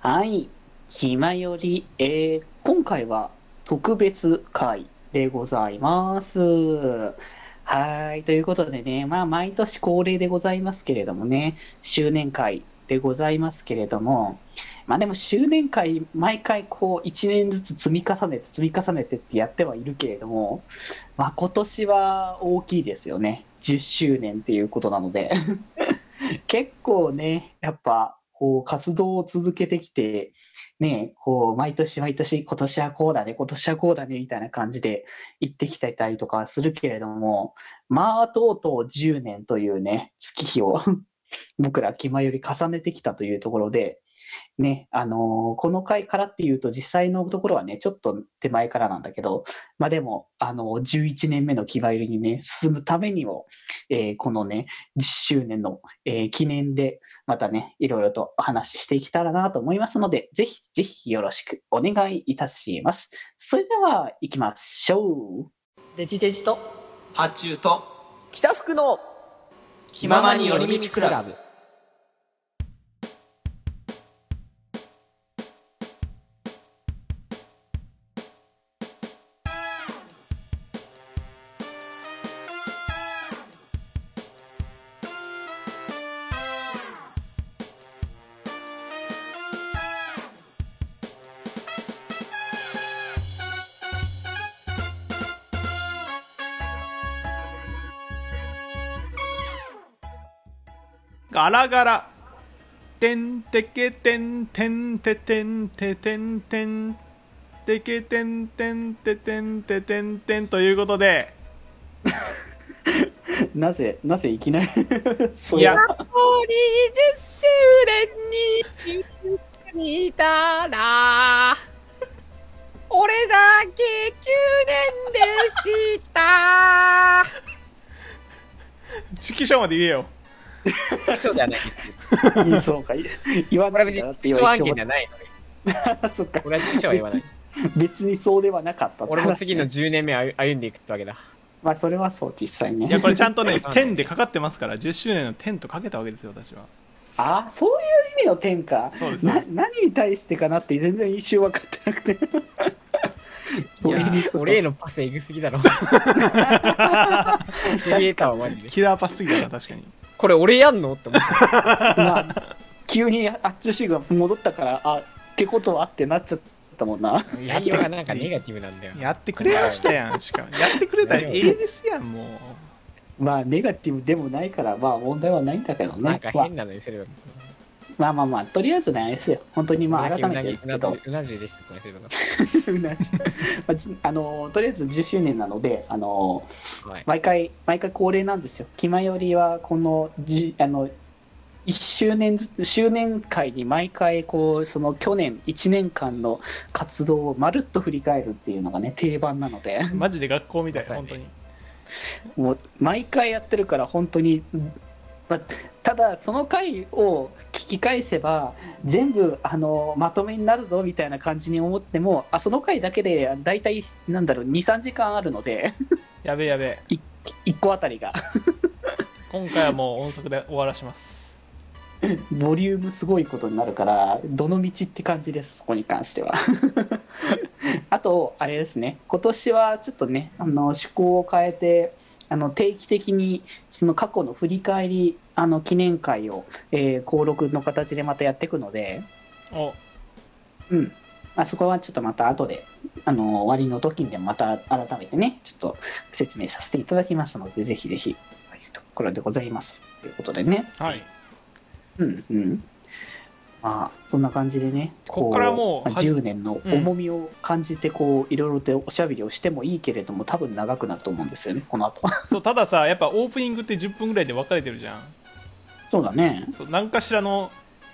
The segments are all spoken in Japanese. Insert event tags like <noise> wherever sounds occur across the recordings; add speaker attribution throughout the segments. Speaker 1: はい、暇より、えー、今回は特別会でございます。はい、ということでね、まあ、毎年恒例でございますけれどもね、周年会でございますけれども、まあでも周年会、毎回こう、1年ずつ積み重ねて、積み重ねてってやってはいるけれども、まあ今年は大きいですよね。10周年っていうことなので。結構ね、やっぱ、こう、活動を続けてきて、ね、こう、毎年毎年、今年はこうだね、今年はこうだね、みたいな感じで行ってきてたりとかするけれども、まあ、とうとう10年というね、月日を <laughs> 僕ら気前より重ねてきたというところで、ね、あのーこの回からっていうと、実際のところはね、ちょっと手前からなんだけど、まあでも、あのー11年目の気前よりにね、進むためにも、えーこのね、10周年の、えー記念で、またね、いろいろとお話ししていけたらなと思いますので、ぜひぜひよろしくお願いいたします。それでは、行きましょう。
Speaker 2: デジデジと
Speaker 3: 発注と
Speaker 2: 北福の
Speaker 3: 気ままに寄り道クラ
Speaker 2: ブ
Speaker 4: ガラガラ。てんてけてんてんててんててんてん。てけてんてんててんててんてんということで。
Speaker 1: <laughs> なぜ、なぜいきなり <laughs> そう
Speaker 4: いや、
Speaker 5: 残り10周年にいたら俺だけ9年でした
Speaker 4: 指揮者まで言えよ。 <laughs>
Speaker 2: 師匠ではない
Speaker 1: 言いそうか、い <laughs> 言わ
Speaker 2: これ
Speaker 1: ない
Speaker 2: は別
Speaker 1: なっ
Speaker 2: に
Speaker 1: て言
Speaker 2: 基礎
Speaker 1: われて
Speaker 2: 案件
Speaker 1: も
Speaker 2: じゃないので
Speaker 1: そ <laughs> っか、
Speaker 2: 俺は師匠は言わない
Speaker 1: 別にそうではなかったって話
Speaker 2: 俺も次の10年目を歩歩んでいくってわけだ、
Speaker 1: まあ、それはそう、実際ね。
Speaker 4: いや、これちゃんとね点でかかってますから、10周年の点とかけたわけですよ、私は。
Speaker 1: ああ、そういう意味の点か。
Speaker 4: そうです
Speaker 1: な <laughs>
Speaker 4: ね。
Speaker 1: 何に対してかなって全然一瞬分かってなくて。 <laughs>
Speaker 2: い
Speaker 1: そう
Speaker 2: や
Speaker 1: いうこと
Speaker 2: 俺へのパスエグすぎだ
Speaker 1: <laughs>
Speaker 2: ろすげえたわマジで
Speaker 4: キラーパスすぎたな、確かに。
Speaker 2: これ俺やんのって思った
Speaker 1: まあ、急にあっちゅうシーが戻ったから、あってことはってなっちゃったもんな。
Speaker 2: 内容がなんかネガティブなんだよ
Speaker 4: やってくれましたやん、しかも。やってくれたらええですやん、も
Speaker 1: まあ、ネガティブでもないから、まあ、問題はないんだけどね。
Speaker 2: なんか
Speaker 1: まあ
Speaker 2: 変なのにすればいい
Speaker 1: まあまあまあ、とりあえずね、あれですよ。本当にまあ、改めてですけど、
Speaker 2: うな重でしたとかにすればよかっ
Speaker 1: うなじ <laughs> まあじあの、とりあえず10周年なので、あの、
Speaker 2: たはい
Speaker 1: 毎回、毎回恒例なんですよ。気まよりは、この、じ、あの、1周年ずつ、周年会に毎回、こう、その去年1年間の活動をまるっと振り返るっていうのがね、定番なので、
Speaker 4: う。マジで学校みたい、
Speaker 2: まさ
Speaker 4: 本
Speaker 2: に
Speaker 4: 当に。
Speaker 1: もう、毎回やってるから、本当に、まただ、その回を聞き返せば、全部、あの、まとめになるぞ、みたいな感じに思っても、あ、その回だけで、だいたい、なんだろう、2、3時間あるので、 <laughs>
Speaker 4: やべえやべえ。
Speaker 1: 1個あたりが。
Speaker 4: 今回はもう音速で終わらします。
Speaker 1: ボリュームすごいことになるから、どの道って感じです、そこに関しては。あと、あれですね、今年はちょっとね、あの趣向を変えて、あの定期的にその過去の振り返り、あの記念会を、えー、登録の形でまたやっていくので、
Speaker 4: お、
Speaker 1: うん、まあそこはちょっとまた後で、あの終わりの時にでもまた改めてね、ちょっと説明させていただきますので、ぜひぜひ、というところでございます。ということでね。
Speaker 4: はい。
Speaker 1: うんうん。まあ、そんな感じでね、
Speaker 4: こっからもう
Speaker 1: まあ10年の重みを感じて、こう、いろいろとおしゃべりをしてもいいけれども、多分長くなると思うんですよね、この後。 <laughs>
Speaker 4: そう、たださ、やっぱオープニングって10分ぐらいで分かれてるじゃん。
Speaker 1: そうだね。
Speaker 4: そう、何かしらの、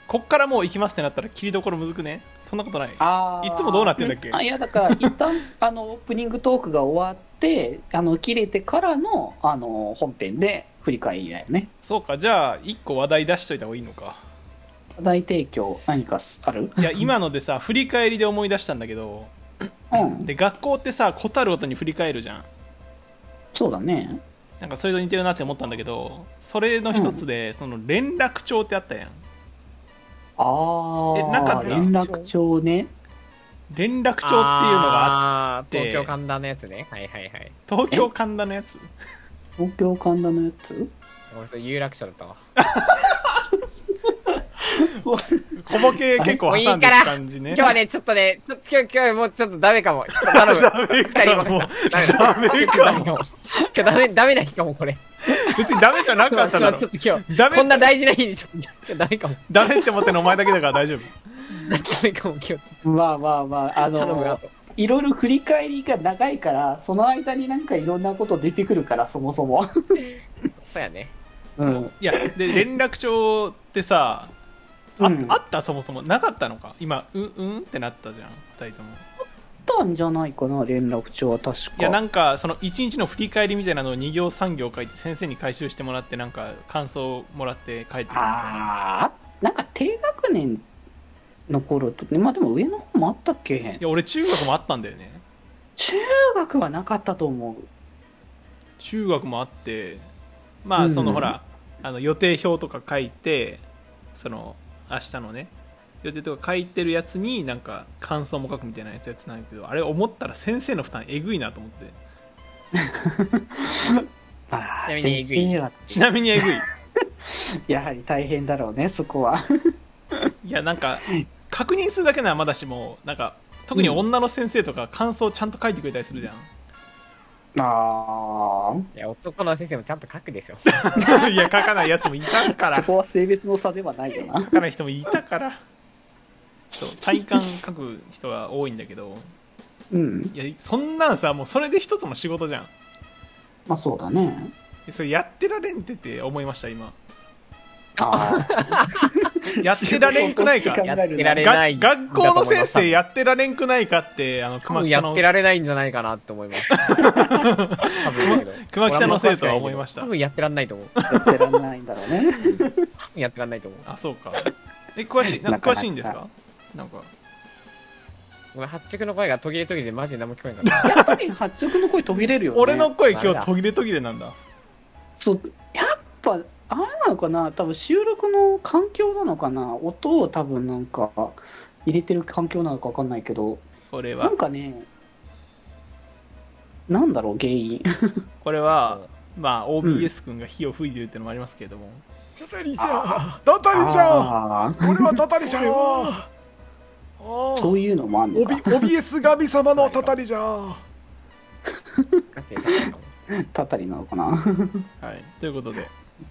Speaker 4: こっからもう行きますってなったら切りどころむずくねそんなことない
Speaker 1: あー
Speaker 4: いつもどうなってんだっけ
Speaker 1: あいや、だから、一
Speaker 4: <laughs>
Speaker 1: 旦、あの、オープニングトークが終わって、あの、切れてからの、あの、本編で振り返りだよね。
Speaker 4: そうか、じゃあ、一個話題出しといた方がいいの
Speaker 2: <laughs>
Speaker 4: か。
Speaker 1: 話題提供、何かある
Speaker 4: いや、今のでさ、振り返りで思い出したんだけど、
Speaker 1: うん。
Speaker 4: で、学校ってさ、ことあるごとに振り返るじゃん。
Speaker 1: そうだね。
Speaker 4: なんかそれと似てるなって思ったんだけど、それの一つで、その連絡帳ってあったやん。
Speaker 1: あああ、
Speaker 4: えなかった
Speaker 1: 連絡帳ね。
Speaker 4: 連絡帳っていうのがあ
Speaker 2: があって東京神田のやつねはいはいはい
Speaker 4: 東京神田のやつ
Speaker 1: 東京神田のやつ
Speaker 2: 俺それ有楽町だったわ
Speaker 4: 小ボケ結構挟んでる感じね
Speaker 2: 今日 <laughs> はねちょっとねちょっと今日今日もうちょっとダメかもちょっと
Speaker 4: <laughs>
Speaker 2: 頼む
Speaker 4: メ
Speaker 2: 二人
Speaker 4: か
Speaker 2: 任
Speaker 4: も
Speaker 2: せたダメだ
Speaker 4: メ
Speaker 2: 今日
Speaker 4: か
Speaker 2: ダ
Speaker 4: も
Speaker 2: メかも今日ダメダメな日かもこれ
Speaker 4: 別にダメじゃなかっただろ
Speaker 2: ちょっと今
Speaker 4: ダ
Speaker 2: 日こんな
Speaker 4: メ
Speaker 2: 大事な日にちょっと今日ダメかも
Speaker 4: ダメって思ってるのお前だけだから大丈夫
Speaker 2: ダメかも今日
Speaker 1: まあまあまあ、あ
Speaker 2: 頼むよ
Speaker 1: の
Speaker 2: あ、と
Speaker 1: いろいろ振り返りが長いから、その間になんかいろんなこと出てくるから、そもそも。
Speaker 2: そうやね
Speaker 1: <laughs> うん。
Speaker 4: いやで連絡帳ってさあ,、
Speaker 1: うん
Speaker 4: あったそもそもなかったのか今ううんってなったじゃん2人とも
Speaker 1: あったんじゃないかな、連絡帳は確か。
Speaker 4: いやなんかその1日の振り返りみたいなのを2行3行書いて先生に回収してもらってなんか感想をもらって帰ってくるみたいな
Speaker 1: あーなんか低学年の頃とね、まあでも上の方もあったっけ
Speaker 4: いや俺中学もあったんだよね
Speaker 1: 中学はなかったと思う。
Speaker 4: 中学もあってま
Speaker 1: う
Speaker 4: あ
Speaker 1: ん
Speaker 4: そのほら、あの予定表とか書いてその明日のね予定とか書いてるやつになんか感想も書くみたいなやつやってたんだけどあれ思ったら先生の負担えぐいなと思って
Speaker 1: まあ、
Speaker 2: ちなみにえ
Speaker 1: 先
Speaker 2: ぐい
Speaker 1: 生は
Speaker 4: ちなみにえ <laughs> ぐい
Speaker 1: やはり大変だろうね、そこは。
Speaker 4: いやなんか確認するだけならまだしもなんか特に女の先生とか感想ちゃんと書いてくれたりするじゃん、
Speaker 1: あ
Speaker 2: いや男の先生もちゃんと書くでしょ
Speaker 4: <laughs> いや書かないやつもいたか
Speaker 1: あ、そ
Speaker 4: ら
Speaker 1: こは性別の差ではないよ
Speaker 4: <laughs>
Speaker 1: な。
Speaker 4: 書かない人もいたからそう体感書く人が多いんだけど
Speaker 1: うん。
Speaker 4: いやそんなんさもうそれで一つの仕事じゃん
Speaker 1: まあそうだね。
Speaker 4: それやってられんってって思いました今
Speaker 1: ああ、
Speaker 4: やってられんくないか
Speaker 1: 仕事
Speaker 2: や
Speaker 1: っ
Speaker 2: ってられ
Speaker 4: が
Speaker 2: ない
Speaker 4: 学校の先生
Speaker 2: や
Speaker 4: やってられんくないかってあの熊北
Speaker 2: やっ
Speaker 4: の
Speaker 2: てられないんじゃないかなって思
Speaker 4: <laughs>
Speaker 2: います多分だけど
Speaker 4: 熊北の生徒は思いました
Speaker 2: 多分やってらんないと思う
Speaker 1: やってられないんだろうね。
Speaker 2: 多分やってらんないと思う
Speaker 4: あそうかえ詳しいなんか詳しいんです
Speaker 1: な
Speaker 4: かなんか
Speaker 2: ごめん発着の声が途切れ途切れでマジで何も聞こえんかった
Speaker 1: やっぱり発着の声途切れるよね。
Speaker 4: 俺の声
Speaker 2: あれ
Speaker 4: 今
Speaker 2: だ
Speaker 4: 日途切れ途切れなんだ
Speaker 1: そう、やっぱ、あれなのかな、多分収録の環境なのかな、音を多分なんか、入れてる環境なのかわかんないけど、
Speaker 4: これ
Speaker 1: な
Speaker 4: は
Speaker 1: んかね、なんだろう、原因。
Speaker 4: これはまあ OBS 君が火を吹いてるってのもありますけれども、
Speaker 2: たたりじゃ
Speaker 4: たた
Speaker 1: あ
Speaker 4: これはたたりじゃん
Speaker 1: あ、そういうのもあんのか。
Speaker 4: OBS 神様
Speaker 2: のたた
Speaker 4: りじゃは
Speaker 2: ガチでたたるかも
Speaker 1: たたりなのかな。
Speaker 4: いということで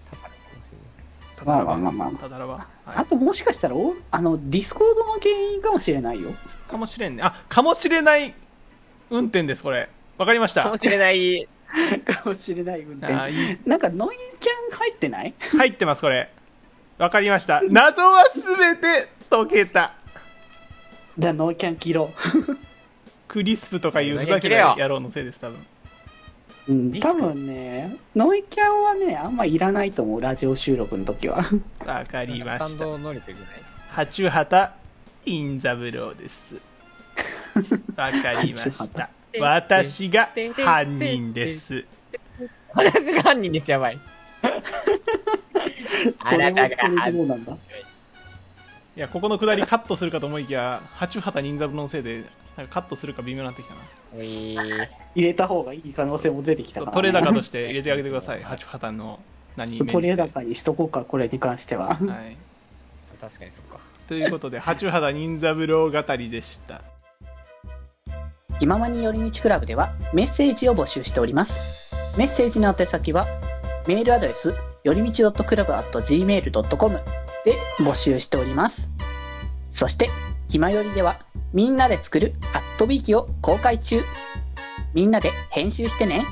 Speaker 2: たたるかもしれない
Speaker 4: たたら
Speaker 1: まあまあまあ
Speaker 4: ば
Speaker 1: まあ
Speaker 4: たたらばはい
Speaker 1: あともしかしたら、おあの、ディスコードの原因かもしれないよ。
Speaker 4: かもしれんね。あ、かもしれない運転です、これ。わかりまし
Speaker 2: か
Speaker 4: た
Speaker 2: も。しれない
Speaker 1: <laughs> かもしれない運
Speaker 4: あ
Speaker 1: 転。
Speaker 4: ーいい
Speaker 1: なんかノイキャン入ってない
Speaker 4: 入ってます、これ。わかりました。謎はすべて解けた。
Speaker 1: じゃあノイキャン切ろ
Speaker 4: クリスプとかいうふざけ
Speaker 2: 投げ切
Speaker 4: た
Speaker 2: れよ
Speaker 4: 野郎のせいです、多分。
Speaker 1: う。うん、
Speaker 2: ディス
Speaker 1: 多
Speaker 2: コ
Speaker 1: 分ね、ノイキャンはね、あんまいらないと思う、ラジオ収録の時 <laughs> は。
Speaker 4: わかりま
Speaker 2: ス
Speaker 4: し
Speaker 2: タン
Speaker 4: た。
Speaker 2: ド能力じゃない
Speaker 4: ハチュハタ、インザブローです。わかりま
Speaker 1: ハチュハ
Speaker 4: した
Speaker 1: タ。
Speaker 4: 私が犯人です。
Speaker 2: 私が犯人ですやばい
Speaker 1: それも
Speaker 2: あなたが
Speaker 1: それでどうなんだ
Speaker 4: いや、ここのくだりカットするかと思いきや、ハチュハタ、インザブローのせいで、なんかカットするか微妙になってきたな。
Speaker 2: おいー
Speaker 1: 入れた方がいい可能性も出てきた
Speaker 4: そう
Speaker 1: から、ね、
Speaker 4: トレーダーカーとして入れてあげてく
Speaker 1: <laughs>
Speaker 4: ださい、ハチハタの何イメ
Speaker 1: ト
Speaker 4: ー
Speaker 1: レ
Speaker 4: ジ
Speaker 1: ー
Speaker 4: で
Speaker 1: ダーかにしとこうか、これに関しては。
Speaker 4: はい、
Speaker 2: 確かにそっか
Speaker 4: ということで、ハチハタ忍三郎語りでした。
Speaker 1: 気ままに寄り道クラブではメッセージを募集しておりますメッセージの宛先はメールアドレスよりみち .club.gmail.com で募集しておりますそして「ひまより」ではみんなで作る「アットビーキを公開中みんなで編集してね